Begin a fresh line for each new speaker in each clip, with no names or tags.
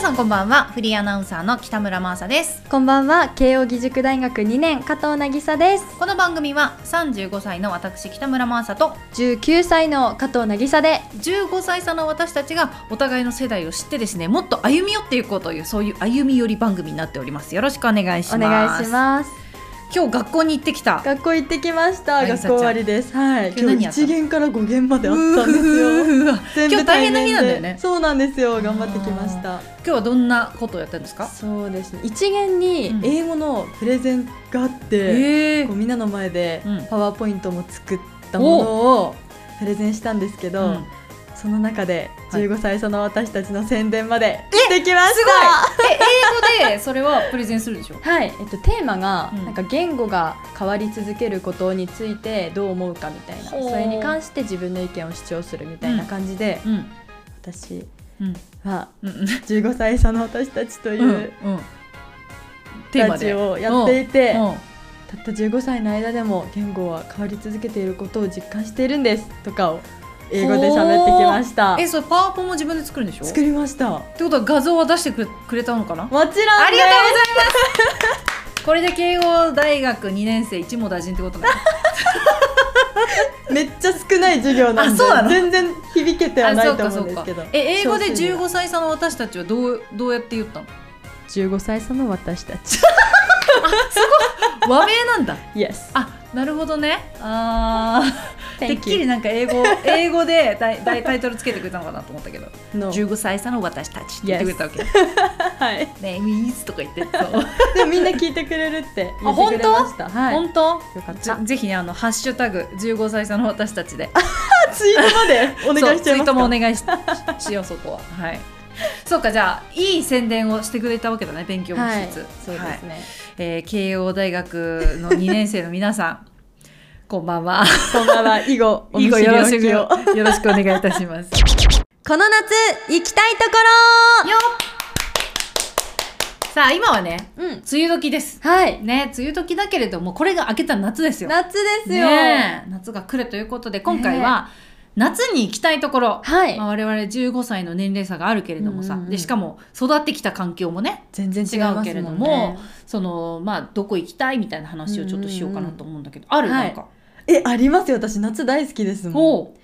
さんこんばんはフリーアナウンサーの北村真麻です
こんばんは慶應義塾大学2年加藤渚です
この番組は35歳の私北村真麻と
19歳の加藤渚で
15歳差の私たちがお互いの世代を知ってですねもっと歩み寄っていこうというそういう歩み寄り番組になっておりますよろしくお願いします
お願いします
今日学校に行ってきた
学校行ってきました
はい
学校終わりですはい
今日
今
何
日
やったの
一限から五限まであったんですよ
うわ
全部
今日大変な日なんだよね
対面でそうなんですよ頑張ってきました
今日はどんなことをやったんですか
そうですね一限に
うん
英語のプレゼンがあって、
え
こうみんなの前で
うん
パワーポイントも作ったものをプレゼンしたんですけど、
うん
その中で
はい
15歳差の私たちの宣伝までしてきました、
英語でそれはプレゼンするでしょ
はい、えっと、テーマが、
うん
なんか言語が変わり続けることについてどう思うかみたいな
ほう
それに関して自分の意見を主張するみたいな感じで、
うん
私
うん
は
うん
15歳差の私たちと
うん
いう
うんテーマ
ラジ
で
オをやっていて、
うん
たった15歳の間でも言語は変わり続けていることを実感しているんですとかを英語で喋ってきました
えそれパワポも自分で作るんでしょ
作りました
ってことは画像は出してくれくれたのかな
もちろんです
ありがとうございますこれで慶応大学2年生一網打尽ってことね
めっちゃ少ない授業なん
あ
で
そうなの
全然響けてはないと思うんですけど
え英語で
少数には
15歳差の私たちはどうどうやって言ったの
15歳差の私たち
和名なんだ
Yes
あなるほどねあーてっきりなんか英 語英語でタイタイタイトルつけてくれたのかなと思ったけど
No
15歳差の私たちって言ってくれたわけ、
はい
ねミーズとか言ってそう
でもみんな聞いてくれるって言ってくれましたはいよ
本当
かっ
じ
た
ゃぜひねあのハッシュタグ15歳差の私たちで
ツイートま で お願いしち
そうツイ
ゃいます
ートもお
か
願いししようそこははい そうかじゃあいい宣伝をしてくれたわけだね勉強も
は
し
い
つつ、
そう
は
で
い
すね
えー慶応大学の2年生の皆さん こんばんは
こんばんは以後 お見
以後
知り
よ
お
ろ
き
し
を
くよろしくお願いいたし ますよ
この夏行きたいとこ
っさあ今はね
ろうん
梅雨時です
はい
ね梅雨時だけれどもこれが明けた夏ですよ
夏ですよ
ねえ夏が来るということで今回は、夏に行きたいところ
はい
まあ、我々15歳の年齢差があるけれどもさ、
うんうんうん
でしかも育ってきた環境もね
全然
違うけれどもそのまあどこ行きたいみたいな話をちょっとしようかなと思うんだけど、ある
はい
なんか、
えありますよ私夏大好きですもん
おう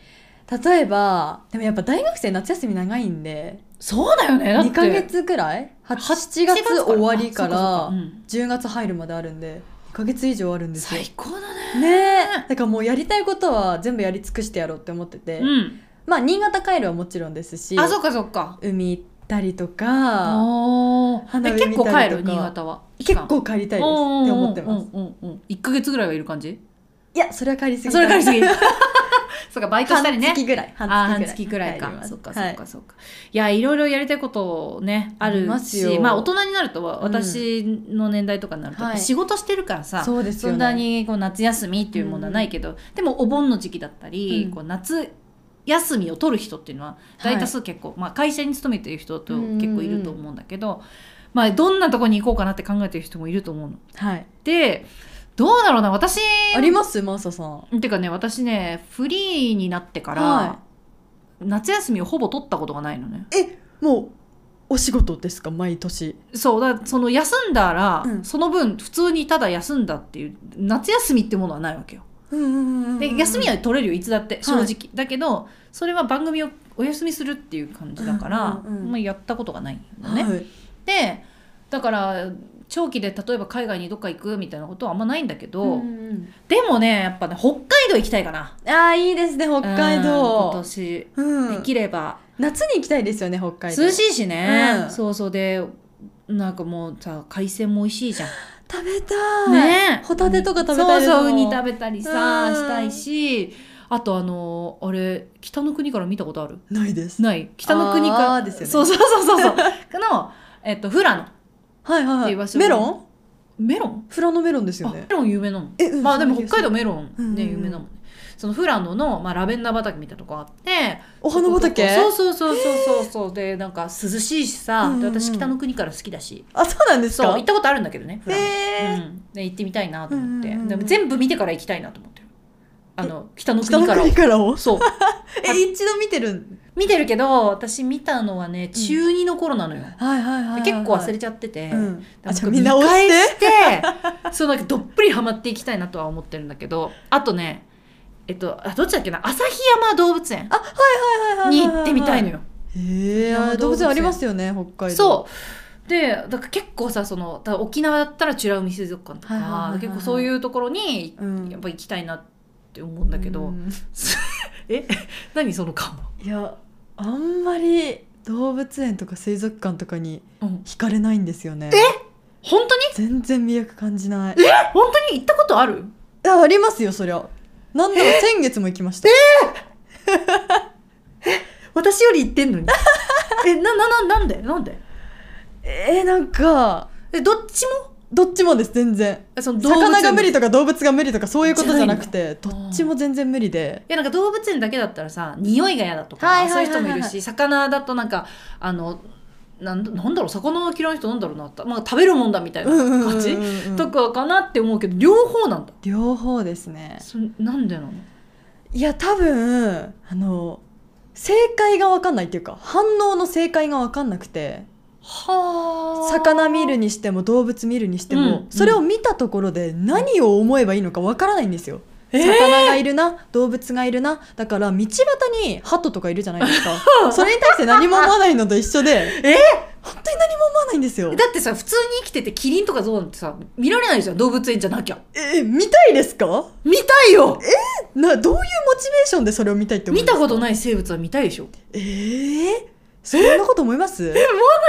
例えばでもやっぱ大学生夏休み長いんで
そうだよねだって
2ヶ月くらいは
は
7月終わりか
あ
ら
そうかそうかうん
10月入るまであるんで2ヶ月以上あるんですよ
最高だね
ねえだからもうやりたいことは全部やり尽くしてやろうって思ってて、
うん
まあ新潟帰るはもちろんですし
あそっかそっか
海行ったりとか
おお
花
え
火見
結構
たりとか
帰る新潟は
結構帰りたいですって思ってます
うんうんうんうん1ヶ月ぐらいはいる感じ
いやそれは帰りすぎ
それ帰りす
ぎ
ぎ そうかバイトしたりね
半月ぐらい
あー
半
半
月
月
ぐ
く
ら
ら
い
い
帰り
か。
ます
そうか、
は
そ
いう
か、そうか。いや、いろいろやりたいことね、あ
あり
る
ます
し、
よ
まあ、大人になると、
ん
私の年代とかになると、
はい
仕事してるからさ。
そうですよ、ね、
そんなにこう夏休みっていうものはないけど、でもお盆の時期だったり、
うん
こう夏休みを取る人っていうのは大多数結構、まあ、会社に勤めてる人と結構いると思うんだけど、まあ、どんなとこに行こうかなって考えてる人もいると思うの。
はい
でどうだろうな私
ありますマーサさん
てかね私ねフリーになってから、
は
夏休みをほぼ取ったことがないのね
もうお仕事ですか毎年
そうだからその休んだら、
うん
その分普通にただ休んだっていう夏休みってものはないわけよで
で
休み
は
は取れるよいつだって正直、だけどそれは番組をお休みするっていう感じだから、
うんうんうん
まあ、やったことがないのね、
ね、
でだから長期で例えば海外にどっか行くみたいなことはあんまないんだけど、でもねやっぱね北海道行きたいかな
ああいいですね北海
うん今
道、
年
うん
できれば、
夏に行きたいですよね北海道
涼しいしね、
うん
そうそうでなんかもうさ海鮮も美味しいじゃん、
食べたい
ねえ
ホタテとか食べたいです
そう
もん
そうウニ食べたりさ、
うん
したいしあとあのあれ北の国から見たことある
ないです
ない北の国か
あ
ら
ーですよね
そうそうそうそうそうのえっと富良野
はい
っ
は
てい
いう
場
はい
所
メロン
メロン、
フラのメロンです
あ
よ
メ
ね
ロン有名なの
え、うん
まあでも
そう
北海道メロ
うんうんう
ン
ん
ね有名なもんねその富良野の、まあ、ラベンダー畑みたいなとこあって
お花畑
そうそうそうそうそうそうでなんか涼しいしさ、
うんうん
で
うん
私北の国から好きだし
あそうなんです
そう
か
行ったことあるんだけどねフラン
へー
うん、で行ってみたいなと思って、
うんうんうん
でも全部見てから行きたいなと思ってるあの北の
北
国
の
から
国からを
そう
え一度見てるん
見てるけど私見たのはね中2の頃なのよ、
はいはいはいはい、
結構忘れ
て、
ちゃってて、
うん、
だから
あじゃあみんな押
見
して
返して そうなんかどっぷりハマっていきたいなとは思ってるんだけどあとねえっとあどっちだっけな旭山動物園
あはいはいはいはい
に行ってみたいの
よ
よ。
へえ
山動物園
動物園ありますよね北海道
そうでだから結構さそのだから沖縄だったら美ら海水族館とか、
はいはいはいはい
結構そういうところに
う、うん、
やっぱ行きたいなって思うんだけど、
うん
え 何その顔、
いやあんまり動物園とか水族館とかに
うん、
惹かれないんですよね
本当に
全然魅力感じない
本当に行ったことある
あありますよそりゃなんだろう先月も行きました
私より行ってんのにえななななんでなんで
えー、なんか
えどっちも
どっちもです全然
えその動物園
魚が無理とか動物が無理とかそういうことじゃなくて
じゃ
ど
ないんだ
っちも全然無理で
いやなんか動物園だけだったらさ匂いが嫌だとか、
はいはいはい
そういう人もいる
はいは
し魚だとなんかあのなんなんだろう魚が嫌いな人なんだろうなって、まあ、食べるもんだみたいな
うんうんうん
感じ、
うん
とかかなって思うけど両方なんだ
両方ですね
そなんでなの
いや多分あの正解が分かんないっていうか反応の正解が分かんなくて
は
魚見るにしても動物見るにしても、
うん
それを見たところで何を思えばいいのかわからないんですよ、
えー
魚がいるな動物がいるなだから道端に鳩とかいるじゃないで すかそれに対して何も思わないのと一緒で
えー
本当に何も思わないんですよ
だってさ普通に生きててキリンとかゾウなんてさ見られないじゃん動物園じゃなきゃ
え見たいですか
見たいよ
などういうモチベーションでそれを見たいって思う
見たこと
い
ない生物は見たいでしょ
えー、そんなこと思います
な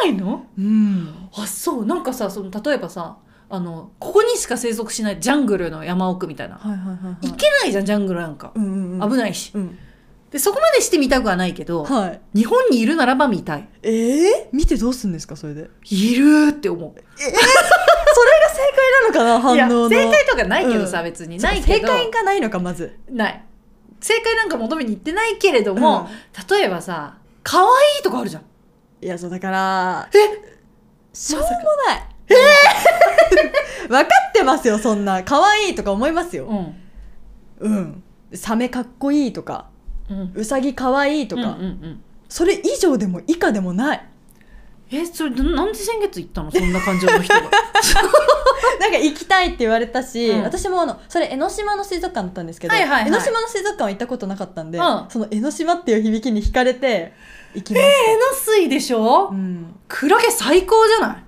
いの
うん
あそうなんかさその例えばさあのここにしか生息しないジャングルの山奥みたいな、
はいはいはい、はい、
行けないじゃんジャングルなんか、
うんうんうん
危ないし
うん
でそこまでして見たくはないけど、
はい
日本にいるならば見たい
えー、見てどうすんですかそれで
いるって思う
正解なのか
い
な
や
反応の
正解とかないけどさ、
うん
別に
そう
ないけ
正
ど
解がないのかまず
ない正解なんか求めに行ってないけれども、例えばさ可愛いとかあるじゃん
いやそうだから
え
しょうもないえ 分かってますよそんな可愛いとか思いますよ
うん
うんサメかっこいいとか
うん
ウサギかわいいとか、
うんうんうん
それ以上でも以下でもない
えそれななんで先月行ったのそんな感じ の人が
なんか行きたいって言われたし、
うん
私もあのそれ江ノ島の水族館だったんですけど、
はいはいはい
江ノ島の水族館は行ったことなかったんで、
うん
その江ノ島っていう響きに惹かれて行きました、
江ノ水でしょ、
うん、
クラゲ最高じゃない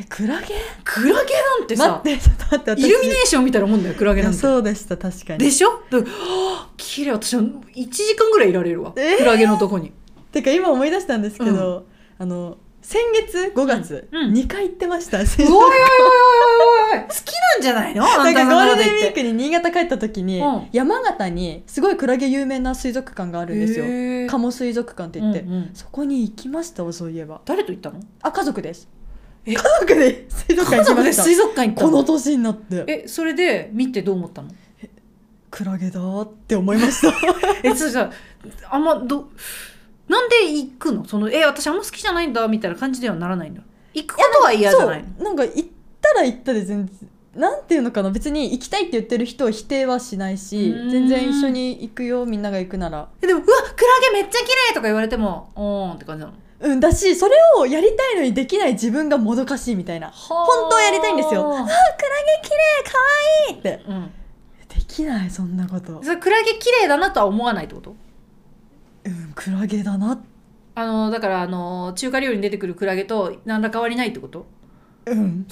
えクラゲ
クラゲなんて
待
さ
ってちょっと待って
イルミネーションみたいなもんだよクラゲ
い
な
や
んて
そうでした確かに
でしょではあ綺麗私は1時間ぐらいいられるわ、
えー
クラゲのとこに
てか今思い出したんですけど、あの先月5月、
うんうん
2回行ってました、
おい
水
おい
族
おいおいお
館
いおい 好きなんじゃないのあ
なんんか
た
ゴ
の
ー
中
ル
で
デンウ
言
ィ
っ
ーク
て
に新潟帰った時に、
うん
山形にすごいクラゲ有名な水族館があるんですよ
へー
鴨水族館って言って、
うんうん
そこに行きましたわそういえば
誰と行ったの
あ家族です
え
家族で水族
家
館行き
族
ま
で
した
水族館行った
こ
の
の年になって
えそれで見てどう思ったの
クラゲだーって思いました
えそれさあんまどなんで行くのそのえ私あんま好きじゃないんだみたいな感じではならないんだ行くことは嫌じゃないの
そうなんか行ったら行ったで全然なんていうのかな別に行きたいって言ってる人を否定はしないし
うーん
全然一緒に行くよみんなが行くなら
えでもうわクラゲめっちゃ綺麗とか言われてもおーんって感じなの
うんだしそれをやりたいのにできない自分がもどかしいみたいな
本
当はやりたいんですよ
うん
クラゲ綺麗可愛いってできないそんなこと
それクラゲ綺麗だなとは思わないってこと
うんクラゲだな
あのだからあの中華料理に出てくるクラゲと何ら変わりないってこと
うん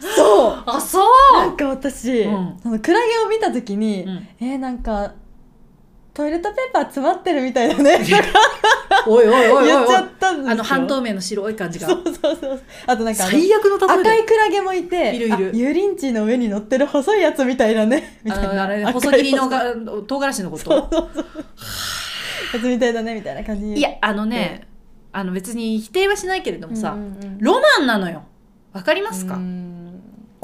そう
あそう
なんか私、
うん
そのクラゲを見た時に、
うん
えー、なんかトイレットペーパー詰まってるみたいなね言っ
おいおい おいおいお
ち
い
ゃったんですよ
あの半透明の白い感じが
そうそうそうあとなんかあの
最悪の例えだ
赤
よ
いクラゲもいて
いるいる
あ油淋鶏の上に乗ってる細いやつみたいな ねみたい
あの
な
あれ
赤い
細切りのが唐辛子のこ
そう
と
そうそうやつみたいだねみたいな感じに
いやあのねあの別に否定はしないけれどもさ、
うんうんうん
ロマンなのよわかりますか、
うん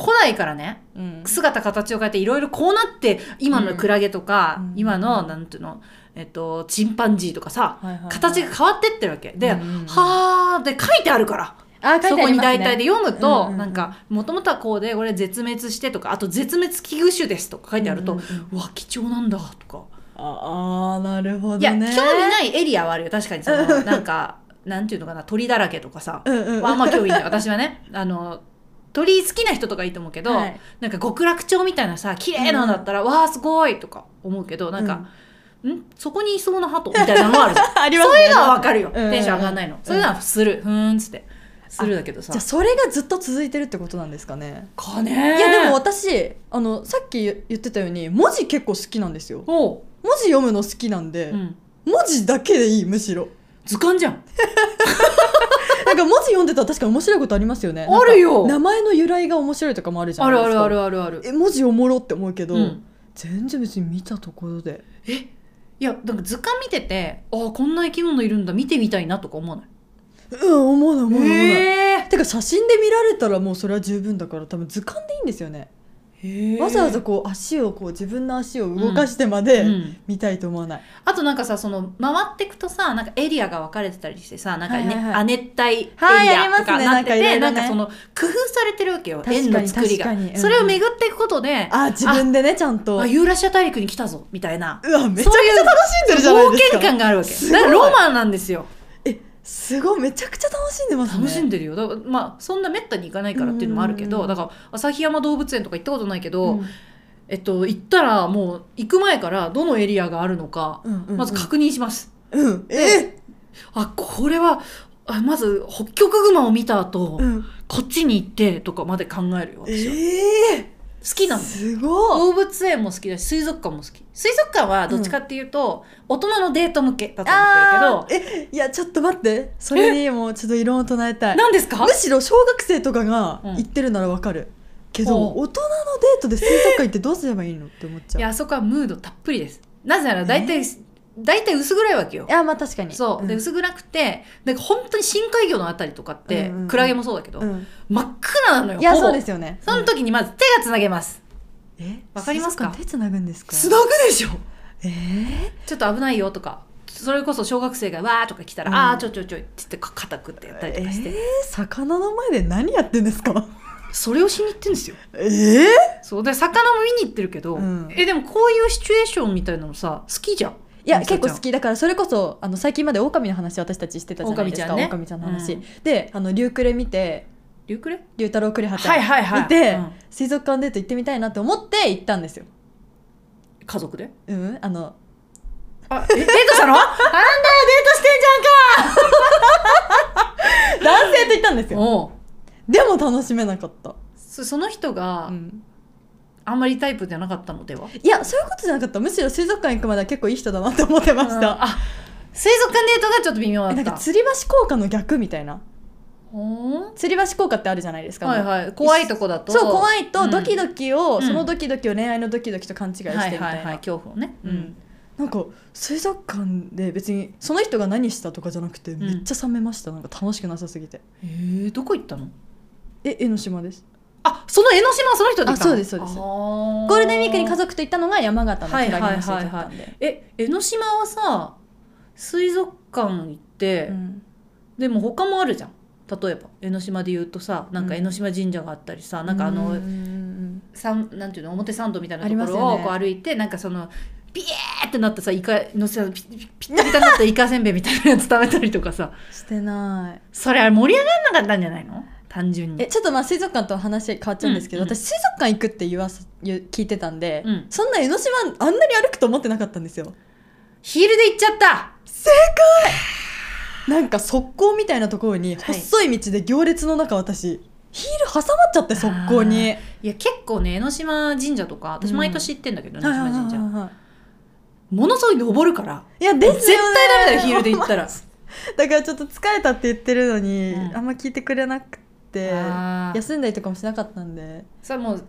古代からね
うん
姿形を変えていろいろこうなって今のクラゲとか、
うん
今
う
の
ん
なんていうの、えっと、チンパンジーとかさ
はいはいはい
形が変わってってるわけで「
うんうんうん
はあ」で書いてあるから。
あ書い
そ
てあ
こ
り
に
ますね
大体で読むと、
うんうんうん
なんかもともとはこうでこれ絶滅してとかあと絶滅危惧種ですとか書いてあると、
うんうん
うわ貴重なんだとか
ああなるほど
いや、
ね
興味ないエリアはあるよ確かにそのなんかなんていうのかな鳥だらけとかさ、
うんうん、
はあんま興味ない私はねあの鳥好きな人とかいいと思うけど、
はい
なんか極楽鳥みたいなさ綺麗なのだったら、わあすごいとか思うけどなんか、んそこにいそうな鳩みたいなのもある じゃん
ありますね
そういうのはわかるよ、
うん
テンション上がんないの、そういうのはするふーんっつってするだけどさ
じゃあそれがずっと続いてるってことなんですかね
かね
いやでも私あのさっき言ってたように文字結構好きなんですよ
おう、
文字読むの好きなんで、
うん、
文字だけでいいむしろ
図鑑じゃん
なんか文字読んでたら確かに面白いことありますよね
あるよ
なんか名前の由来が面白いとかもあるじゃ
あ
ない
る
です
あ
か
るあるあるある
え文字おもろって思うけど、
うん
全然別に見たところで
いやなんか図鑑見ててああこんな生き物いるんだ見てみたいなとか思わない
うん思わない思わない思わない、
え
てか写真で見られたらもうそれは十分だから多分図鑑でいいんですよね、わざわざこう足をこう自分の足を動かしてまで、
うん、
見たいと思わない
あとなんかさその回ってくとさなんかエリアが分かれてたりしてさなんか、ね
はいはいはい
亜熱帯エリ
はいあり
ア
ま
と
す
か
ね
なってて、
なんかいろいろね
なんかその工夫されてるわけよ
確かに
円の作りが、
確かにうん
それを巡っていくことであ
あ自分でねちゃんと
ユーラシア大陸に来たぞみたいな
うわめちゃく
そうい
ちゃ
う
楽しんでるじゃない
冒
です
険
か
感があるわけ
すごい
だからロマンなんですよ
すごいめちゃくちゃ楽しんでますね
楽しんでるよだからまあそんなめったに行かないからっていうのもあるけ
うんう
ど
ん
だから旭山動物園とか行ったことないけど、
うん
えっと行ったらもう行く前からどのエリアがあるのか
うんうんうん
まず確認します、
うんえ
あこれはあまず北極熊を見た後、
うん
こっちに行ってとかまで考えるよ
え
私は好
ー
きなの
すご
動
い
物園も好きだし水族館も好き水族館はどっちかっていうと、大人のデート向けだと思
あ
っ
ー
てる
えいやちょっと待ってそれにもうちょっと異論を唱えた
けど
い
何ですか
むしろ小学生とかが
うん
行ってるならわかるけど
おう
大人のデートで水族館行ってどうすればいいのって思っちゃ
い
うい
やあそこはムードたっぷりですなぜなら大体、
え
大体薄暗いわけよ
やまあ確かに
そうで
ん
薄暗くてなんか本当に深海魚のあたりとかって、
うんうんうん
クラゲもそうだけど、
うん
真っ暗なのよ
いや
ほぼ
そうですよね
その時にまず手がつなげます
え
わかりますか
水族館手つなぐんですか
ぐでしょ
えー
ちょっと危ないよとかそれこそ小学生が「わー」とか来たら「
うん
ああちょいちょいちょい」って言ってか肩くってやったりとかして、
えー魚の前で何やってんで すか
それをしに行ってんですよ
えー
そうで魚も見に行ってるけど、
うん
えでもこういうシチュエーションみたいなのさ好きじゃん
いや
みさ
結
ちゃん
構好きだからそれこそあの最近まで狼の話私たちしてたじゃないですか
狼ちゃんね
狼ちゃん,、の話、
うん
であのリュウクレ見て
リュウクレ
リュウ太郎クレハちゃん、
はいはいはい
見て、
うん
水族館デート行ってみたいなって思って行ったんですよ
家族で
うんあの
あえデートした のあ
男性と行ったんですよ
おう
でも楽しめなかった、
そその人が
うん
あんまりタイプじゃなかったのではい
やそういうことじゃなかったむしろ水族館行くまでは結構いい人だなって思ってまし
うん
た、
あ水族館デートがちょっと微妙だ
えな
っ
んか
た
吊り橋効果の逆みたいな
ほ
吊り橋効果ってあるじゃないです
ー
か、
はいはい怖いとこだと
そう怖いとドキ
キ
ドキを、
うん
そのドキドキを恋愛のドキドキと勘違いしてみ
は
たい
い
な、
はいはい恐怖をね、
う
うんん、
なんか水族館で別にその人が何したとかじゃなくてめっちゃ冷めました、なんか楽しくなさすぎて
えー、どこ行ったの
え江ノ島です
あその江ノ島はその人で行ったの
あそうですそうです
ゴ
ゴールデンウィークに家族と行ったのが山形の
はい
ク
は
ラ
い
ゲ
はい
の
はい
水族館で、
え江ノ島はさ水族館行って、
うん
でも他もあるじゃん例えば江ノ島で言うとさなんか江ノ島神社があったりさ、なんかあ
う
の
んうん
さんなんていうの表参道みたいな
あ
と
り
こ
ます
ろ
よ
を
ね
こう歩いて、なんかそのビエーってなったさイカのさピピピッタピタになったイカせんべいみたいなやつ食べたりとかさ
してない
それあれ盛り上がんなかったんじゃないの単純に
えちょっとまあ水族館と話変わっちゃうんですけど、
うんうん
私水族館行くって言わす言う聞いてたんで、
うん
そんな江ノ島あんなに歩くと思ってなかったんですよ
ヒールで行っちゃった
なんか側溝みたいなところに
はい
細い道で行列の中私ヒール挟まっちゃって側溝に
いや結構ね江ノ島神社とか私毎年行ってんだけど、江ノ島神社、
はいはいはいはい
ものすごい登るから
いやです
絶
よね
対ダメだよヒールで行ったら
だからちょっと疲れたって言ってるのに、
うん
あんま聞いてくれなくて
あー
休んだりとかもしなかったんで
それはもう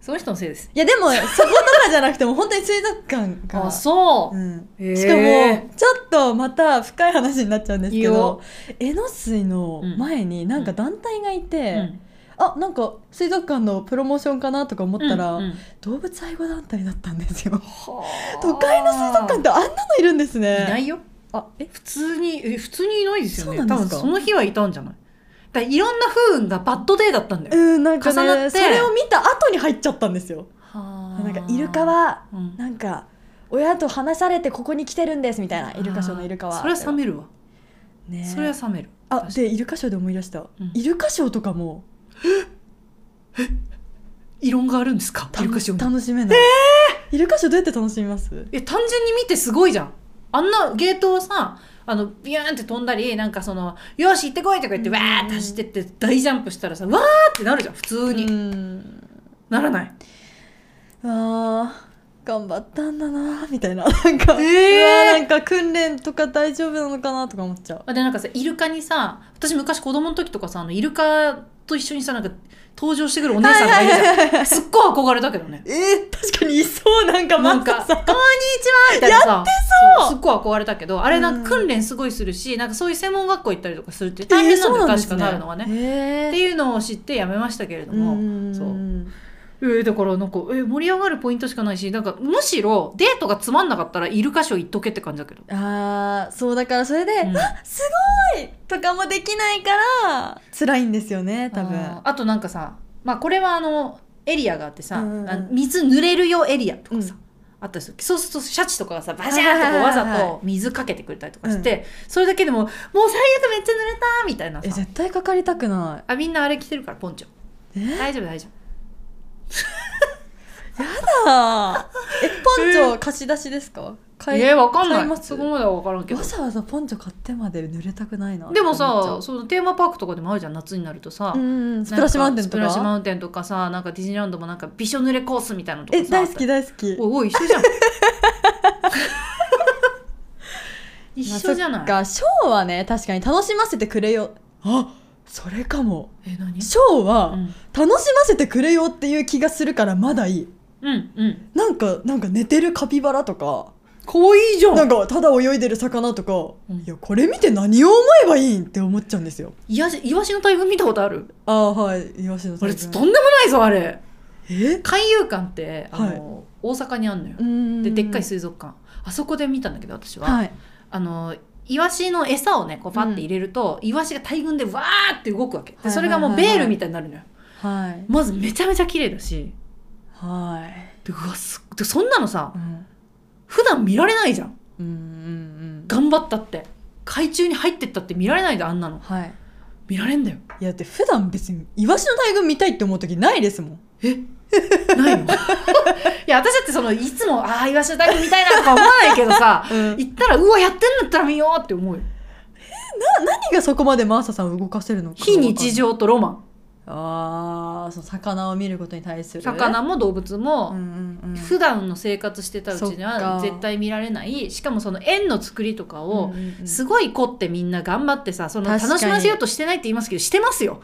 その人のせいです
いやでもそことかじゃなくても本当に水族館が
あそう
う、ん、
へー
しかもちょっとまた深い話になっちゃうんですけ
いい
ど
よ
江ノ水の前になんか団体がいて、
うん
あなんか水族館のプロモーションかなとか思ったら、
うんうん
動物愛護団体だったんですよ都会の水族館ってあんなのいるんです
いな
ね
いよ
あえ
普通にえ普通にいないですよね
そうなんですか
多分その日はいたんじゃないだからいろんな不運がバッドデーだったんだよ、
うんなんか
重な
ね
って
それを見た後に入っちゃったんですよ
は
なんかイルカは
うん
なんか親と話されてここに来てるんですみたいなイルカショーのイルカは
それは冷めるわ、
ね
それは冷める
あでイルカショーで思い出した、
うん
イルカショーとかも
異論があるんですかイルカショーに
楽しめない、イルカショーどうやって楽しみます
え単純に見てすごいじゃんあんなゲートをさあのビューンって飛んだりなんかその「よし行ってこい」とか言って
うん
わーって走ってって大ジャンプしたらさわーってなるじゃん普通に、
うん
ならない
あー頑張ったんだなーみたいな なんか、
えー
うわーなんか訓練とか大丈夫なのかなとか思っちゃう
あでなんかさイルカにさ私昔子供の時とかさあのイルカと一緒にさなんか登場してくるお姉さんがいるじゃんすっごい憧れたけど ね
えー、確かにいそうなんか
な
マ
ん
ん
か「こ
か
んにちは」みたいなさやってそうすっごい憧れたけどあれなんか訓練すごいするしなんかそういう専門学校行ったりとかするって大変なんだよ、確かなるのはね、
え
っていうのを知ってやめましたけれども、
も
そううんえーだからなんか、えー盛り上がるポイントしかないしなんかむしろデートがつまんなかったらイルカショー行っとけって感じだけど、
あーそうだからそれで、
うん
すごいとかもできないから辛いんですよね多分
あーあとなんかさまあこれはあのエリアがあってさ、
うんうんうん
あの水濡れるよエリアとかさ、
う
あったりするそうするとシャチとかがさバシャーンとこうわざ
はいはいはいは
と水かけてくれたりとかして、それだけでももう最悪めっちゃ濡れたみたいな
え
さ
絶対かかりたくな
あみんなあれ着てるからポ ンチョ
いえ
大丈夫大丈夫
だえポンチョ貸し出しですか買い
えー、わかん
買
ないい
ます
そこまではわからんけど
わざわざポンチョ買ってまで濡れたくないな
でも
って
さ
思っち
そのテーマパークとかでもあるじゃん夏になるとさ、
ゃううんうんスプラッシュマウンテンと
なんスプラッシュ
か
マウンテンとかさなんかディズニーランドもなんかびしょ濡れコースみたいなのとか
え
さ
大好き
あっ
大好き
たおいおい一緒じゃ ん一緒じゃない、
まあそっかショーはね確かに楽しませてくれよあそれかも
え何
ショー
う
は
ん
楽しませてくれよっていう気がするからまだいい
うんうん
なんかなんか寝てるカピバラとか
かわいいじゃ
なんんかただ泳いでる魚とか、
うん
いやこれ見て何を思えばいいんって思っちゃうんですよ
いやしイワシの大群見たことある
ああはいイワシの
あれ
大群
とんでもないぞあれ
え
海遊館ってあの、大阪にあんのよ
うん
ででっかい水族館あそこで見たんだけど私は、
はい
あのイワシの餌をねこうパッて入れると、イワシが大群でわーって動くわけでそれがもうベールみたいになるのよ、
はい
まずめちゃめちゃ綺麗だし
はい
でうわすでそんなのさ
うん
普段見られないじゃん
うんうんうん
頑張ったって海中に入ってったって見られないであんなの
はい
見られんだよ
いやだって普段別にイワシの大群見たいって思う時ないですもん
ないの いや私だってそのいつもああイワシの大群みたいなとか思わないけどさ
うん
行ったらうわやってんだったら見ようって思うよ
何がそこまでマーサさんを動かせるのか
非日常とロマ
あーその魚を見ることに対す
ン
る
魚も動物
うんう
も、
んうん
普段の生活してたうちに
そっ
は
か
絶対見られないしかもその円の作りとかを、
うんうんうん
すごい凝ってみんな頑張ってさその
確か
楽
に
しませようとしてないって言いますけどしてますよ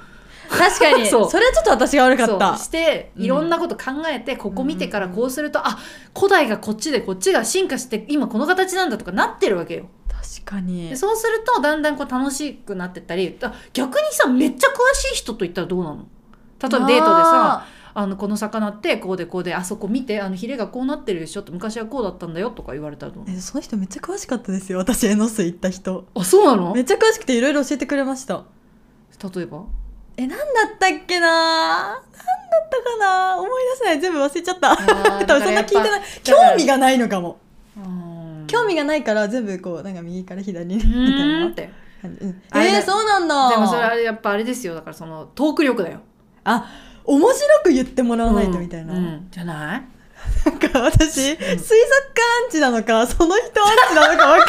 確かに
そう
それはちょっと私が悪かった
そうして
うん
いろんなこと考えて、ここ見てからこうすると、あ古代がこっちでこっちが進化して今この形なんだとかなってるわけよ、
確かに
でそうするとだんだんこう楽しくなってったりあ逆にさめっちゃ詳しい人といったらどうなの例えばデートでさ
あ
あのこの魚ってこうでこうであそこ見てあのヒレがこうなってるでしょって昔はこうだったんだよとか言われたらどうな
ー
の
えその人めっちゃ詳しかったですよ私江ノ水行った人
あそうなの
めっちゃ詳しくていろいろ教えてくれました
例えば
え何だったっけな何だったかな思い出せない全部忘れちゃった
あー
多分そんな聞いて
だから
ない興味がないのかも興
味
味がないから全部こうなんか右から左にみ
う
たい
ーん
な
って
感じうん
あれ
えー、そうなんだ
でもそれはやっぱあれですよだからそのトーク力だよ
あ面白く言ってもらわないとみたいな、
うんうんじゃない
なんか私、水族館アンチなのかその人アンチなのか分かんな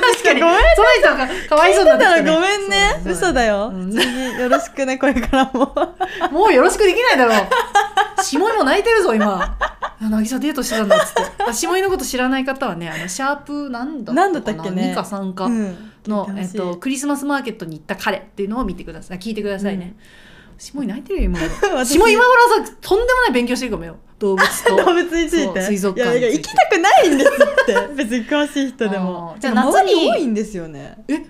くなってきたごめん
その人がかわい
聞
そ
いう
になってき
てたら
たね
ごめんね
そう
嘘だよ、
うん
普通によろしくねこれからも
もうよろしくできないだろう。下井も泣いてるぞ、今。あ渚デートしてたんだっつって。あ下井のこと知らない方はね、あの、シャープなんだ
なんだったっけ
2
ね
か3か
うん
の、
聞
え
い
って
ほ
と、
しい
クリスマスマーケットに行った彼っていうのを見てください。聞いてくださいね。下井泣いてるよ、今頃。
私
下井今頃さ、とんでもない勉強してるかもよ。動物と。
動物につい
そう
て
水族館
いやいや
につい
行
て
きたくないんですっ て別に詳しい人でも
あーじゃあ
なんか
夏に
周り多いんですよね
え好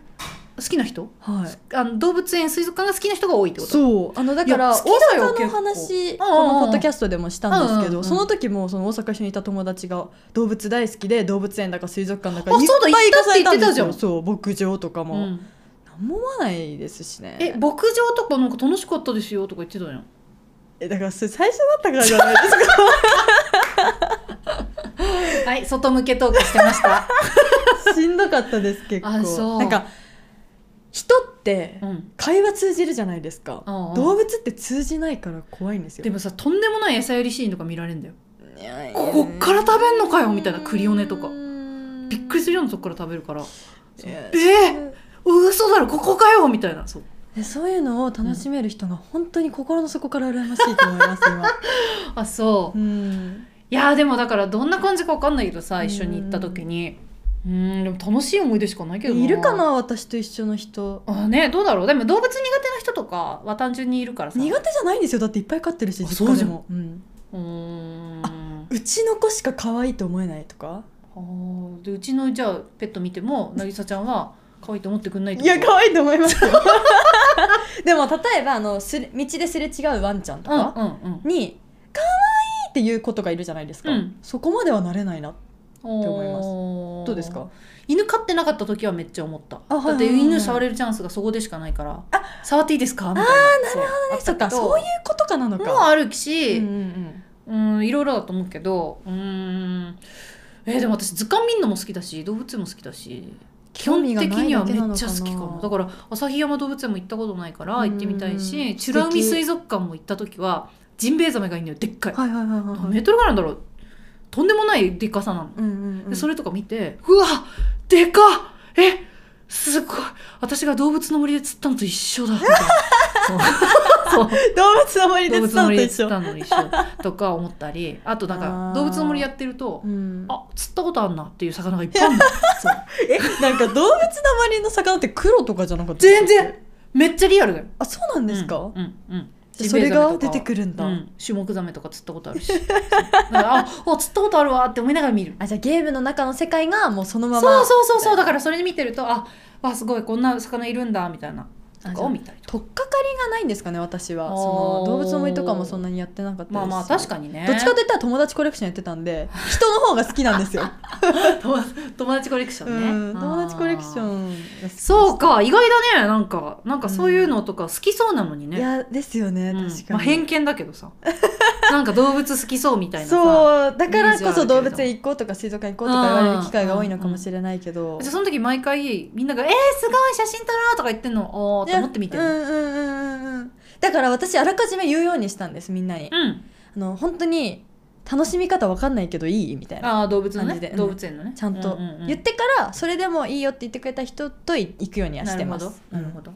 きな人
はい
あの動物園、水族館が好きな人が多いってこと
そうあのだか
い
ら
や
大
好きだよ
阪の
結構
話
うんうん
こ
うん
のポッドキャストでもしたんですけ
うんうんう
ど
ん
その時もその大阪一緒にいた友達が動物大好きで動物園だか水族館だか
あそうだ
いっぱい行かされ
行ったって言ってた
ん
じ
で
ゃ
す
ん
よそう牧場とかも、
うん
何も思わないですしね
え、牧場とかなんか楽しかったですよとか言ってたじゃん。
えだからそれ最初だったからじゃないですか
はい外向けトークしてま した、
しんどかったです結構
あそう
なんか人って
うん、
会話通じるじゃないですか、
うんうん
動物って通じないから怖いんですよ
でもさとんでもない餌やりシーンとか見られるんだよこ
こ
っから食べんのかよみたいなクリオネとかびっくり
す
するようなとこから食べるから
る
え嘘だろここかよみたいなそう
そういうのを楽しめる人が本当に心の底から羨ましいと思います今
あそう
う、ん
いやーでもだからどんな感じかわかんないけどさ
うん
一緒に行った時にうーんでも楽しい思い出しかないけど
いるかな私と一緒の人
あねどうだろうでも動物苦手な人とかは単純にいるからさ
苦手じゃないんですよだっていっぱい飼ってるし
あ
実
そ
家で
うじゃ
もう,、ん、
うーん
うちの子しか可愛いと思えないとか
あーでうちのじゃあペット見ても渚ちゃんは可愛いと思ってくんないって
い
こと
や可愛いと思い ますよでも例えばあのすれ道ですれ違うワンちゃんとか
うんうんうん
に「可愛いっていうことがいるじゃないですか、
うん
そこまではなれないな思います
おー
どうですか
犬飼ってなかった時はめっちゃ思った
あはい
だって
はいはい
犬触れるチャンスがそこでしかないから触っていいですかみたいなあなるほどね
そっかそういうことかなのか
もあるし、
うんうんうん
うん、いろいろだと思うけど、うーん。えーでも私図鑑見るのも好きだし動物園も好きだし基
興
本
味
的
がない
には
だ
め
けなの
っ
か
ちゃ
な
好きかもだから旭山動物園も行ったことないから
うん
行ってみたいし
素敵
美ら海水族館も行った時はジンベエザメがいるのよでっかい、
はいはいはいはい
何
はい
メートルぐらいなんだろうとんでもないでっかさなの、
うんうんうん
でそれとか見てうわでかっえすごい私が動物の森で釣ったのと一緒だみたいなそう
動物の 森で
動物
伝
の
わっ
森
た
で
一
釣っ
緒
たの一緒とか思ったりあとなん
あ
か
ー
動物の森やってると
うん
あ釣ったことあんなっていう魚がいっぱいある のそう
えなんか動物の森の魚って黒とかじゃなかった
全然めっちゃリアルだよ
あそうなんですか、
うんうんうん
じゃあそれが出てくるんだ、
うん、シュモクザメとか釣ったことあるし そうだからああ釣ったことあるわって思いながら見る
あじゃあゲームの中の世界がもうそのまま
そうそうそうそうだからそれで見てるとああすごいこんな魚いるんだみたいなと
あじ
か
ゃあ
を見たりとか
取っかかりがないんですかね私は
あー
その動物の森とかもそんなにやってなかったですし
まあまあ確かにね
どっちかといったら友達コレクションやってたんで人の方が好きなんですよ、
友友達コレクションね、
うん友達コレクショ
ン
ンが好き
そうか意外だねなんかなんかそういうのとか好きそうなのにね、
いやですよね、
うん
確かに、
まあ、偏見だけどさなんか動物好きそうみたいなさ
そうだからこそ
イメージはある
動
けど
物園行こうとか水族館行こうとか言われる機会が多いのかもしれないけど、
じゃあその時毎回みんなが「えー、すごい写真撮ろう」とか言ってんのおーと思って見てる、
うんうんうんうんうんだから私あらかじめ言うようにしたんですみんなに、
うん、
あの本当に楽しみ方わかんないけどいいみたいな
ああ動物の
感じ
ね
でうん
動物園のね
ちゃんと
ううう
言ってからそれでもいいよって言ってくれた人と行くようにはしてます
なるほどなるほど、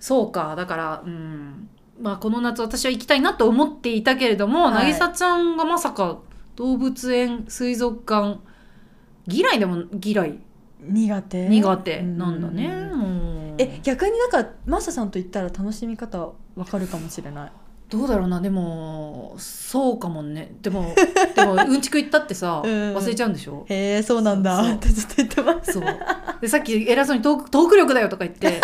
そうかだからうんまあこの夏私は行きたいなと思っていたけれども、
はい
渚ちゃんがまさか動物園水族館嫌いでも嫌い
うん苦手
苦手なんだね、
う
うん
え逆になんかマサさんと行ったら楽しみ方わかるかもしれない
どうだろうなでもそうかもねで もでもうんちく行ったってさ
うん
忘れちゃうんでしょ
へえそうなんだ
そう
ってずっと言ってます
そうでさっき偉そうにトーク「トーク力だよ」とか言って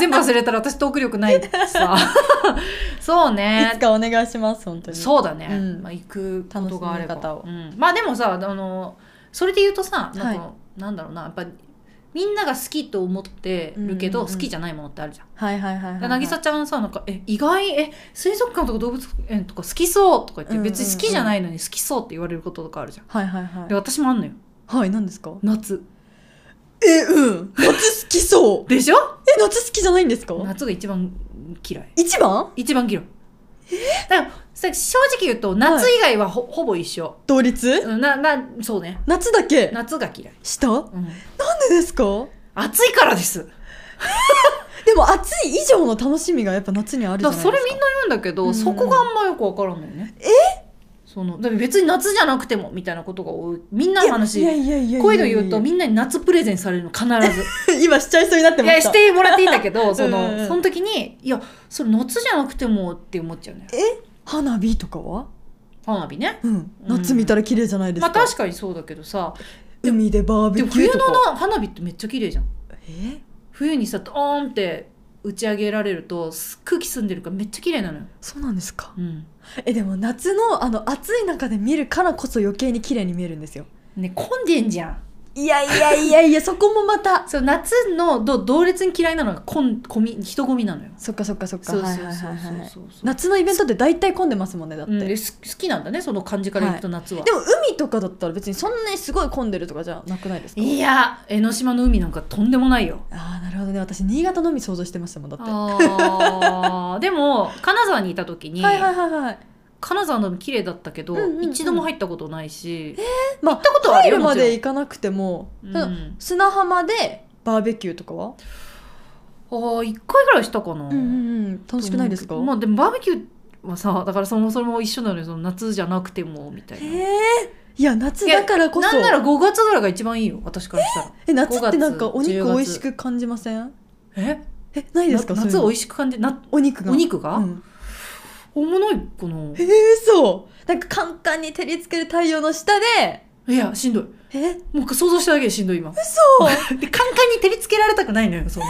全部忘れたら私トーク力ないってさ そう
いつ
ね
かお願いします本当に
そうだね、
うん
まあ、行くことがあれば
楽しみ方を
うんまあでもさあのそれで言うとさなんか、
は
なんだろうなやっぱみんなが好きと思ってるけど、
うんうんうん
好きじゃないものってあるじゃん
はいはいはいはいはい
なぎさちゃんさなんか「え意外え水族館とか動物園とか好きそう」とか言って、
うんうんうん
別に好きじゃないのに好きそうって言われることとかあるじゃん
はいはいは
で
い
私もあんのよ
はい何ですか
夏
えうん夏好きそう
でしょ
え夏好きじゃないんですか
夏が一番嫌い
一番
一番嫌いだからさ正直言うと夏以外はほ,、ほぼ一緒
同率
うんななそうね
夏だけ
夏が嫌い、
下な
う
ん
ん、
でですか
暑いからです
でも暑い以上の楽しみがやっぱ夏にはあるじゃ
だ
な
から
いで
そ
すか
れみんな言うんだけど、
うん
そこがあんまよくわからんのよねえそのだから別に夏じゃなくてもみたいなことが多いみんなの話
いやいやいやいやいや
声で言うとみんなに夏プレゼンされるの必 ず
今しちゃいそうになって
い
ま
や
した
してもらっていいんだけ どそ
うんうん
のその時にいやそれ夏じゃなくてもって思っちゃうね
花火とかは
花火ね
うん夏見たら綺麗じゃないです
ま
か,、
あ確かにそうだけどさ
海でバーベ
でも
キュ
冬
ーと
の
か
な花火ってめっちゃ綺麗じゃん
え
冬にさドーンって打ち上げられるとす空気澄んでるからめっちゃ綺麗なのよ、
そうなんですか
うん
えでも夏のあの暑い中で見るからこそ余計に綺麗に見えるんですよ
ね混んでんじゃん
いやいやいやいやそこもまた
そう夏のど同列に嫌いなのがこんこみ人混みなのよ
そっかそっかそっか
そうそう
はい
そう
はい
そう
はいはい
そうそう
夏のイベントって大体混んでますもんねだって、
うん
で
で
も
す好きなんだねその感じからいくと夏は、
海とかだったら別にそんなにすごい混んでるとかじゃなくないですか
いや江ノ島の海なんかとんでもないよ
ああなるほどね私新潟の海想像してましたもんだっては
あー でも金沢にいた時に、
いはいはいはい
金沢の海綺麗だったけど、
うんうんうん
一度も入ったことないし、
まあ、行った
ことはあるよ
ま
もち
で
ろん
行かなくても、
うん
その砂浜でバーベキューとかは、
あー一回ぐらいしたかな、
んうん、楽しくないですか、
まあでもバーベキューはさだからそのそれも一緒なのよその夏じゃなくてもみたい
へ
な。
えいや夏だからこ
な
そ
んなら5月ぐらいが一番いいよ私からしたら
え夏ってなんか
5月
お肉
10
美味しく感じません
え
えないですか
な夏
そう
美味
いうの
しく感じな
お肉が
お肉が、
うん、
おもないこの
えー、嘘なんか簡単に照りつける太陽の下で
いやしんどい
え
もう想像しただけでしんどい今
嘘
でカンカンに照りつけられたくないのよその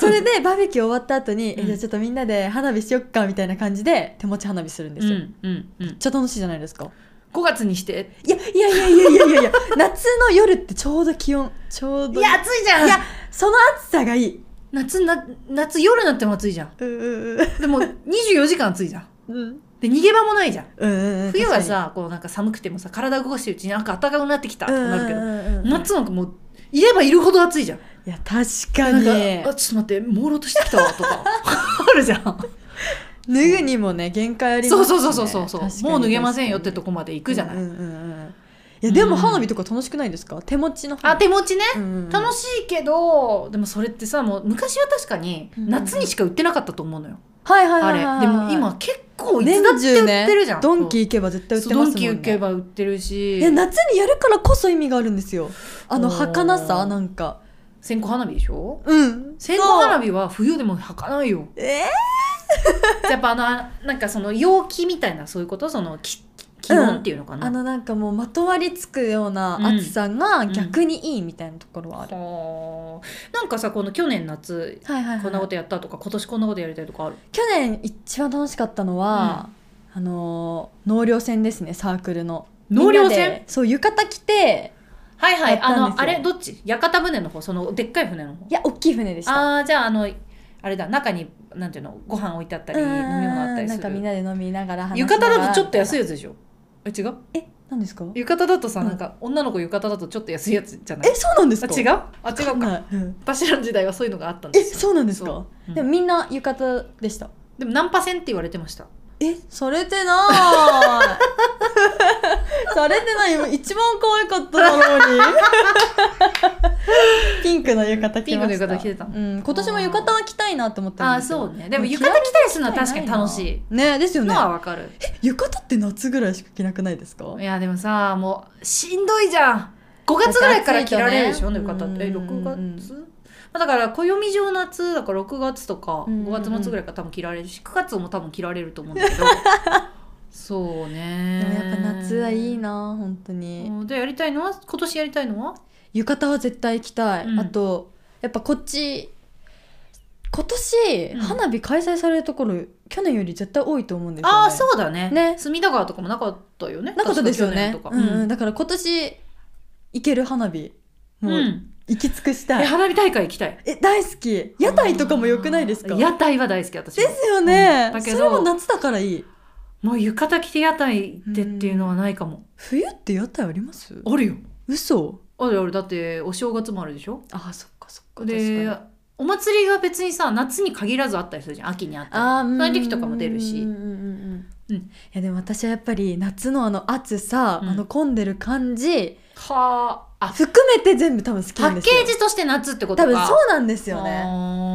それでバーベキュー終わった後に、
うん
えじゃあちょっとみんなで花火しよっかみたいな感じで手持ち花火するんですよ、めっ
うんうんうん
ちゃ楽しいじゃないですか
5月にして
いやいやいやいやいやいやい や夏の夜ってちょうど気温ちょう
暑い
ど
じゃ
いやその暑さがいい
夏な夏夜になっても暑いじゃん
うんうん
でも24時間暑いじゃん
うん
で逃げ場もないじゃん
うん
冬はさこうなんか寒くてもさ体動かしてるうちになんか暖かくなってきたと
うんう
か
ん
なるけ
う
ど
んうんうん
夏なんかもういればいるほど暑いじゃん
いや確か
なん
に
かあちょっと待って朦朧としてきたわと かあるじゃん
脱ぐにもね限界あります
そう
ね
そうそうそうそう
確かに
もう脱げませんよってとこまで行くじゃない、
うんうんうんいやで
うん
も花火とか楽しくないですか手持ちの花
あ
火
手持ちね楽
し
しいけどでもそれってさもう昔は確かに
うん
夏にしか売ってなかったと思うのよ、
はいはい
あ
はい
れ
はい
でも今結構いつだって売ってるじゃん、
ドンキ行けば絶対売っ
そう
てますもん
そうドンキ行け
ね
ば売ってる
い
し
や夏にやるからこそ意味があるんですよあの
おー
儚さなんか
線香花火でしょ
うん
線香花火は冬でも吐かないよ
そうえ
やっぱあのあなんかその陽気みたいなそういうことそのき気温っていうのか
ー
な、
あのなんかもうまとわりつくような暑さが逆にいいみたいなところはある、
はあなんかさこの去年夏
はいはい、はい、
こんなことやったとか今年こんなことやりたいとかある
去年一番楽しかったのは、あのー納涼船ですねサークルの
納涼船
みんなでそう浴衣着て
はいは
や
い
ったん
あ
ですよ
のあれどっち屋形船の方そのでっかい船の方
いや大きい船でした
ああーじゃああのあれだ中になんていうのご飯置いてあったり飲み物あったり
な
す
んかみん
る
なで飲みながら話し
浴衣
ながら
だとちょっと安い
い
やつでしょえ違う
え何ですかえ
浴衣だとさ
うん
なんか女の子浴衣だとちょっと安いやつじゃない
そうなんです
あ
か
違
う
うあ違うか
か、うん
私らの時代はそういうのがあったんで
え
すよ
そうなんですか
そ、うん
でもみんな浴衣でした
でもナンパ船って言われてました
えされてない されてない今一番可愛かったなのに ピンクの浴衣着ました
ピンクの浴衣着てたの
うん、今年も浴衣は着たいなと思ってるん
ああ
ですよ
そうねでも
うん
浴衣着たりするのは確かに楽しい
ねですよね
のはわかる
浴衣って夏ぐらいしか着なくないですか
いやでもさもうしんどいじゃん5月ぐらいから着られるでしょ
暑い
浴
と
衣
ね
ってえ
うんうんう
6
ん
月まあだから暦上夏だから6月とか
うんうんう
5
ん
月末ぐらいから多分着られるし9月も多分着られると思うん だけどそうね
でもやっぱ夏はいいな本当に、
うんでやりたいのは今年やりたいのは
浴衣は絶対着たい、
うん
あとやっぱこっち今年、
うん
花火開催されるところ去年より絶対多いと思うんですよ、ね、
ああそうだね
ね
隅田川とかもなかったよね
なかったですよね
確か去
う
年
ん
とか
うん、だから今年行ける花火
うん
もう行き尽くした
え
い、
花火大会行きたい
え大好き屋台とかも良くないですか
屋台は大好き私
で
も
すよね、
うんだけど
それも夏だからいい
もう浴衣着て屋台行ってっていうのはないかも、
冬って屋台あります
あるよ
嘘
あるあるだってお正月もあるでしょ
あそっかそっか確
で
かに
お祭りが別にさ夏に限らずあったりするじゃん秋にあったり
あー
そういう時とかも出るし
うんうんうん
う
うんんいやでも私はやっぱり夏のあの暑さ、
うん
あの混んでる感じ
はああ
含めて全部多分好き
パ
なん
ッ
です
ケ
よ
ージとして夏ってことか
多分そうなんですよね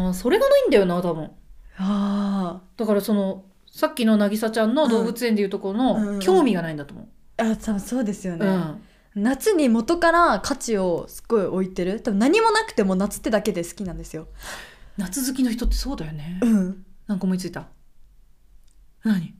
ねそれがないんだよな多分
あ
だからそのさっきの渚ちゃんの動物園でいうとこの、
うんうん
興味がないんだと思
ーあ多分そうですよ
う、
ね、
うん
夏に元から価値をすごい置いてる多分何もなくても夏ってだけで好きなんですよ
夏好きの人ってそうだよね、
うん
なんか思いついた何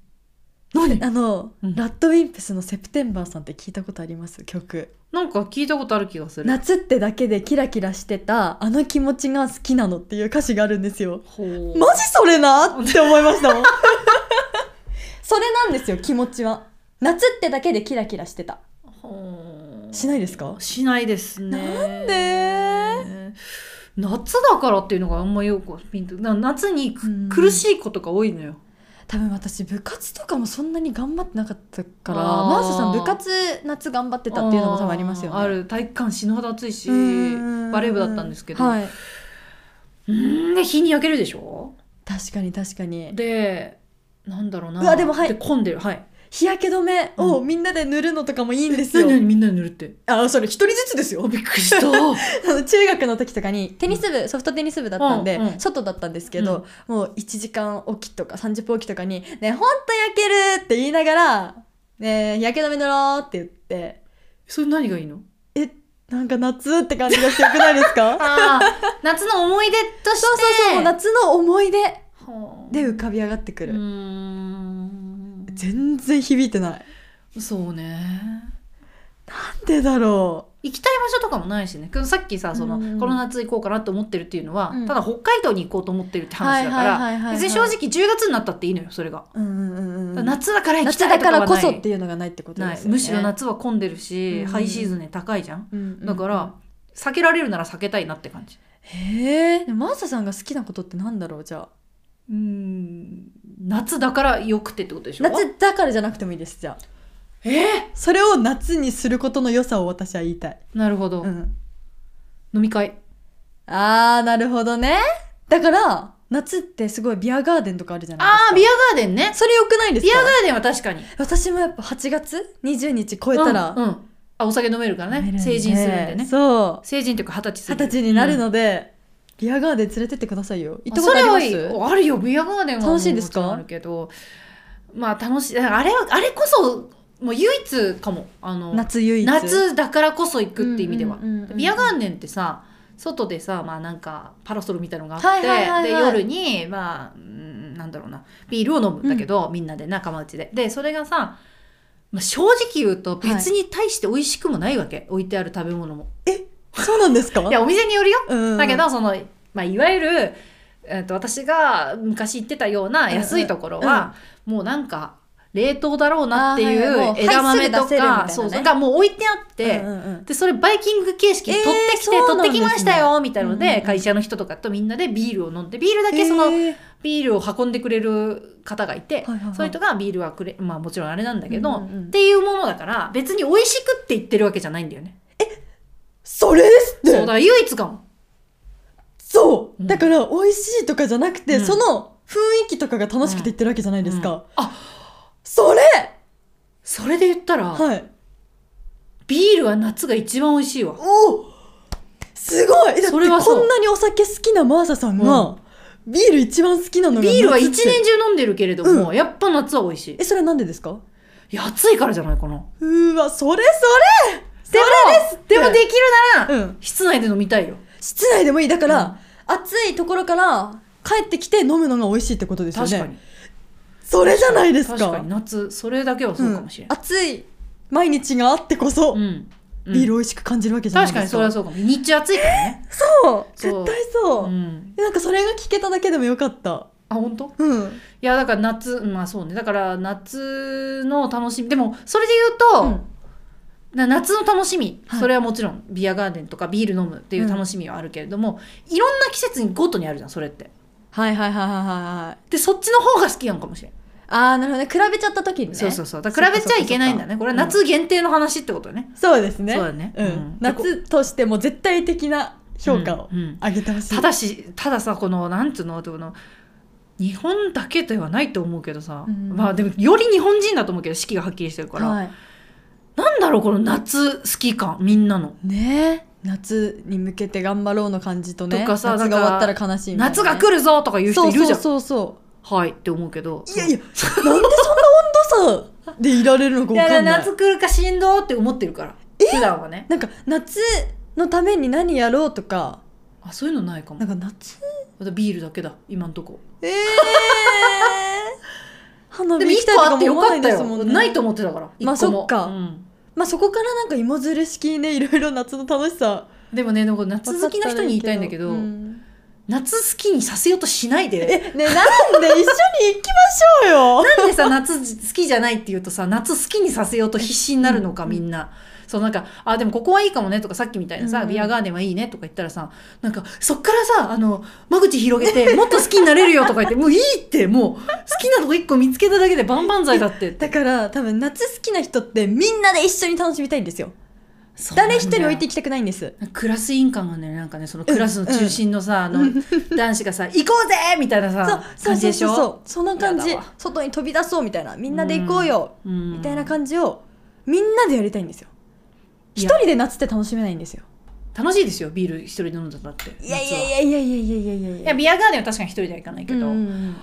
何
あの、
うん
ラッドウィンプスの「セプテンバー」さんって聞いたことあります曲
なんか聞いたことある気がする
夏ってだけでキラキラしてたあの気持ちが好きなのっていう歌詞があるんですよ
ほう
マジそれなって思いましたもんそれなんですよ気持ちは夏ってだけでキラキラしてた
ほう
しないですか
しないですね
なんで
夏だからっていうのがあんまよくピンとな夏にく
うん
苦しいことが多いのよ
多分私部活とかもそんなに頑張ってなかったから
あー
マーサさん部活夏頑張ってたっていうのも多分ありますよね
ある体育館死ぬほど暑いし
うん
バレー部だったんですけど、
はい、
うんで日に焼けるでしょ
確かに確かに
でなんだろうな
うわでもはい
混んでるはい
日焼け止めをみんなで塗るのとかもいいんですよ、
みんなに塗るって
あそれ一人ずつですよ
びっくりした
中学の時とかにテニス部ソフトテニス部だったんで、
うんうん
外だったんですけど、もう1時間おきとか30分おきとかに「ねほんと焼ける!」って言いながら「ね日焼け止め塗ろう」って言って
それ何がいいの
えなんか夏って感じがしてよくないですか
ああ夏の思い出として
そうそうそうもう夏の思い出
はあ
で浮かび上がってく
う
る、
ーん
全然響いてない
そうね
なんでだろ
行きたい場所とかもないしねけどさっきさその、
うん
この夏行こうかなって思ってるっていうのは、
うん
ただ北海道に行こうと思ってるって話だか
はいはいはいはい
ら
はい
別に正直10月になったっていいのよそれが、
う,、うんうんうんうん、
夏だから行き
夏
たい
だ
とか
か
はな
ら
い
こそっていうのがないってこと
な
で
い
すよね
むしろ、夏は混んでるし、
うん
ハイシーズンで高いじゃん
うんうんうん
だから、避けられるなら避けたいなって感じ
へえでもマーサさんが好きなことってなんだろうじゃあ
うん夏だからよくてってことでしょ
夏だからじゃなくてもいいですじゃあ
えー
それを夏にすることの良さを私は言いたい、
なるほど、
うん、
飲み会
あーなるほどねだから夏ってすごいビアガーデンとかあるじゃないです
あ
か
あビアガーデンね
それ良くないです
ビ
か
アガーデンは確かに
私もやっぱ8月20日超えたら、
うんうんあお酒飲めるから
飲めるん
ね
で
成人するんでね
そう
成人というか二十歳す
二
る
十歳になる
うん
ので、ビアガーデン連れてってくださいよ行った
あ
こ
そ
とあ
れ
りま
は
す
いいあるよビアガーデンは
楽しいですか
もちろんあるけどまあ楽しいあれはあれこそもう唯一かもあの
夏唯一
夏だからこそ行くって意味では、
うんうんうんうん
ビアガーデンってさ外でさまあなんかパラソルみたいのがあって、
はいはいはいはい
で夜にまあうんなんだろうなビールを飲むんだけど、みんなで仲間内ででそれがさ、まあ、正直言うと別に大して美味しくもないわけ、置いてある食べ物も
そうなんですか
いやお店によるよ
うん
だけどその、まあ、いわゆる、えー、と私が昔行ってたような安いところは、もうなんか冷凍だろうなってい
あーはいは
う
い
枝豆と
もうはいすぐ出せるみたいな
か
ね
そうそうがもう置いてあって、
うんうんうん
でそれバイキング形式
え
取
ー
ってきて、
そうなん
取って
ですね
きましたよみたいなので、
うんうんうん
会社の人とかとみんなでビールを飲んでビールだけそ
え
の
ー
ビールを運んでくれる方がいて、
はいはいはい
そういう人がビールはくれまあもちろんあれなんだけど、
うんうんうん
っていうものだから別に美味しくって言ってるわけじゃないんだよね。
それですって
そうだから唯一かも
そう、
うん
だから美味しいとかじゃなくて、
うん
その雰囲気とかが楽しくて言ってるわけじゃないですか、
うんあ
それ
それで言ったら、
はい
ビールは夏が一番美味しいわ。
おすごいだって
それはそう
こんなにお酒好きなマーサさんが、ビール一番好きなのが夏って
ビールは一年中飲んでるけれども、やっぱ夏は美味しい。
えそれはなんでですか
いや、暑いからじゃないかな。
うーわそれそ
で
れ
も
それです
でもできるなら、
うん
室内で飲みたいよ。
室内でもいいだから、暑いところから帰ってきて飲むのが美味しいってことですよ
確
ね
かに。
それじゃないですか
確かに夏、それだけはそうかもしれない。
うん暑い毎日があってこそ、
うん。うん
ビール美味しく感じるわけじゃない
確
で
かに
すか
それはそうかも。日中暑いからね。
そう
そう
絶対そう、
うん。
なんかそれが聞けただけでもよかった
あ、本当？い
うん
や、だから夏、まあそうね。だから夏の楽しみ。でも、それで言うと、な夏の楽しみ、
はい
それはもちろんビアガーデンとかビール飲むっていう楽しみはあるけれども、いろんな季節にごとにあるじゃんそれって
はいはいはいはいはいはい
でそっちの方が好きやんかもしれん、
ああなるほどね比べちゃった時にね
そうそうそうだから比べちゃいけないんだねこれは夏限定の話ってことね、
そうですね
そうだね
うん
うん
夏としても絶対的な評価を
うんうん
上げてほしい、
ただしたださこのなんつうのこの日本だけではないと思うけどさ、
うん
まあでもより日本人だと思うけど四季がはっきりしてるから、
はい、
なんだろうこの夏好き感みんなの。
ね夏に向けて頑張ろうの感じとね
とかさだ
夏が終
から
わったら悲しいみたいなね
夏が来るぞとか言う人いるじゃん
そうそうそう
はいって思うけど
そういやいやなんでそんな温度差でいられるのか
い
わ
や
かんない
夏来るかしんどーって思ってるから普段はね
なんか夏のために何やろうとか
あそういうのないかも
なんか夏
またビールだけだ今んとこ
ええ花
でも
火行
一
きたい
個
と
あ
か
って
も
よ
思わ
か
な
っ
い
た
で
よ
すもんね
ないと思ってたから
まあ
一個も
そっか
うん
まあそこからなんか芋づる式ねいろいろ夏の楽しさ
でもねなんか夏好きな人に言いたいんだけど
うん
夏好きにさせようとしないで
えねなんで一緒に行きましょうよ
なんでさ夏好きじゃないって言うとさ夏好きにさせようと必死になるのかみんなそうなんか「あでもここはいいかもね」とかさっきみたいなさ、
うん
ビアガーデンはいいね」とか言ったらさなんかそっからさあの間口広げ てもっと好きになれるよとか言って「もういいってもう好きなとこ一個見つけただけで万々歳だって」 って
だから多分夏好きな人ってみんなで一緒に楽しみたいんですよ誰一人置いていきたくないんです
クラス委員感がねなんかねそのクラスの中心のさ、
んうん
あの男子がさ「行こうぜ!」みたいな
そう
さ
そう
感じ
そう
でし
そう
ょ
そうそんな感じ
やだわ
外に飛び出そうみたいなみんなで行こうよ、
うん
みたいな感じをみんなでやりたいんですよ
い
一
や
人で夏って楽しめないんですよ
楽しいですよビール一人で飲んだらって
いやい
夏は
やいやいやいやいやいやいやい
いやビアガーデンは確かに一人では行かないけど、
うんうんうん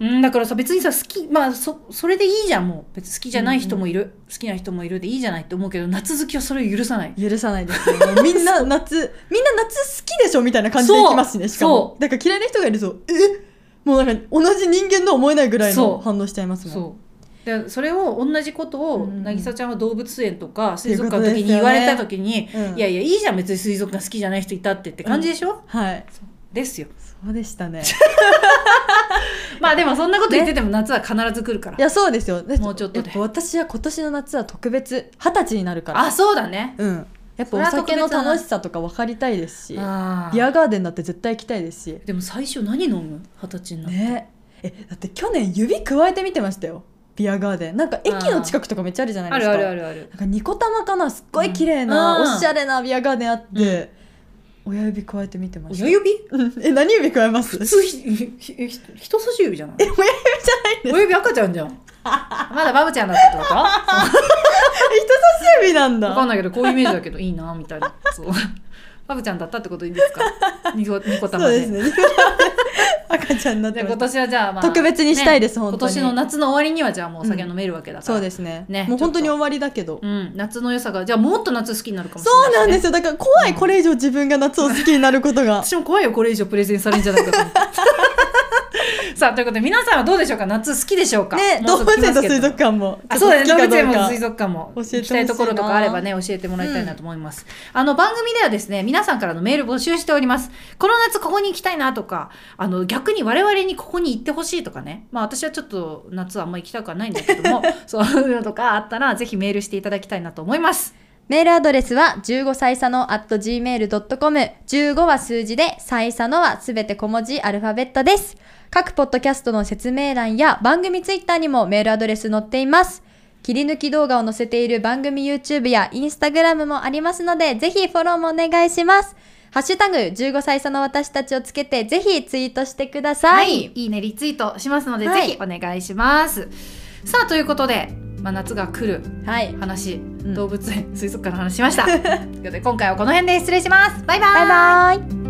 うん、だからさ別にさ好きまあそそれでいいじゃんもう別に好きじゃない人もいる、好きな人もいるでいいじゃないって思うけど夏好きはそれを許さない
許さないですよもうみんな夏みんな夏好きでしょみたいな感じでいきますしね
そう
しかもだから嫌いな人がいるとえもうなんか同じ人間とは思えないぐらい
そう
の反応しちゃいますもん
そうでそれを同じことを
うん
渚ちゃんは動物園とか水族館
とい
の時
うことです
に
よね
言われた時に、
うん
いやいやいいじゃん別に水族館好きじゃない人いたってって感じでしょ、
はい
ですよ
そうでしたね
まあでもそんなこと言ってても夏は必ず来るから、
いやそうですよだて
もうちょっとで
やぱ私は今年の夏は特別二十歳になるから
あそうだね
うんやっぱお
それは特別
酒の
だな
楽しさとか分かりたいですし
あ
ビアガーデンだって絶対行きたいですし
でも最初何飲む二十歳になって、
ねえだって去年指加えてみてましたよビアガーデンなんか駅の近くとかめっちゃあるじゃない
あ
です
る
か
あるあるある
なんかニコタマかなすっごい綺麗な、
うん
おしゃれなビアガーデンあって、親指加えて見てました
親指
うんえ何指加えます
普通ひひひ人差し指じゃない
え親指じゃないんです
親指赤ちゃんじゃんまだバブちゃんだったってこと
人差し指なん
分かん
だ
ないけどこういうイメージだけどいいなみたい なそうバブちゃんだったってこといいですかニコニコ
そ
玉
う
で
ですね 赤ちゃんになっ
で
てま
今
した
年はじゃあ、まあ、
特別にしたいです
ね
本
今
当に
年の夏の終わりにはじゃあもうお酒飲めるわけだから、
そうですね
ね
もう本当に
ちょっ
終わりだけど、
うん、夏の良さがじゃあもっと夏好きになるかもし
そう
れな
ないん
ね、
ですよだから怖
う
い
ん
これ以上自分が夏を好きになることが
私も怖いよこれ以上プレゼンされるんじゃないかと思って さあということで皆さんはどうでしょうか夏好きでしょうか
ね
も
動
う
物
すぐ来ま
園
す
と
けど
水族館も
あそうだね
ちょ
動
っと
物
好き
園も
かどうか
水族館も
教えてほしいな
行きたいところとかあればね教えてもらいたいなと思います、あの番組ではですね皆さんからのメール募集しておりますこの夏ここに行きたいなとかあの逆に我々にここに行ってほしいとかねまあ私はちょっと夏はあんま行きたくはないんだけ どもそういうのとかあったらぜひメールしていただきたいなと思います
メールアドレスは15歳差の at gmail.com。15は数字で、歳差のはすべて小文字アルファベットです。各ポッドキャストの説明欄や番組ツイッターにもメールアドレス載っています。切り抜き動画を載せている番組 YouTube や Instagram もありますので、ぜひフォローもお願いします。ハッシュタグ15歳差の私たちをつけて、ぜひツイートしてくださ。
はいい、いいねリツイートしますので、
はい
ぜひお願いしますさあということで、まあ、夏が来る
はい。
話、
ん
動物園水族館の話しましたということで今回はこの辺で失礼しますバイバイ
バイバイ。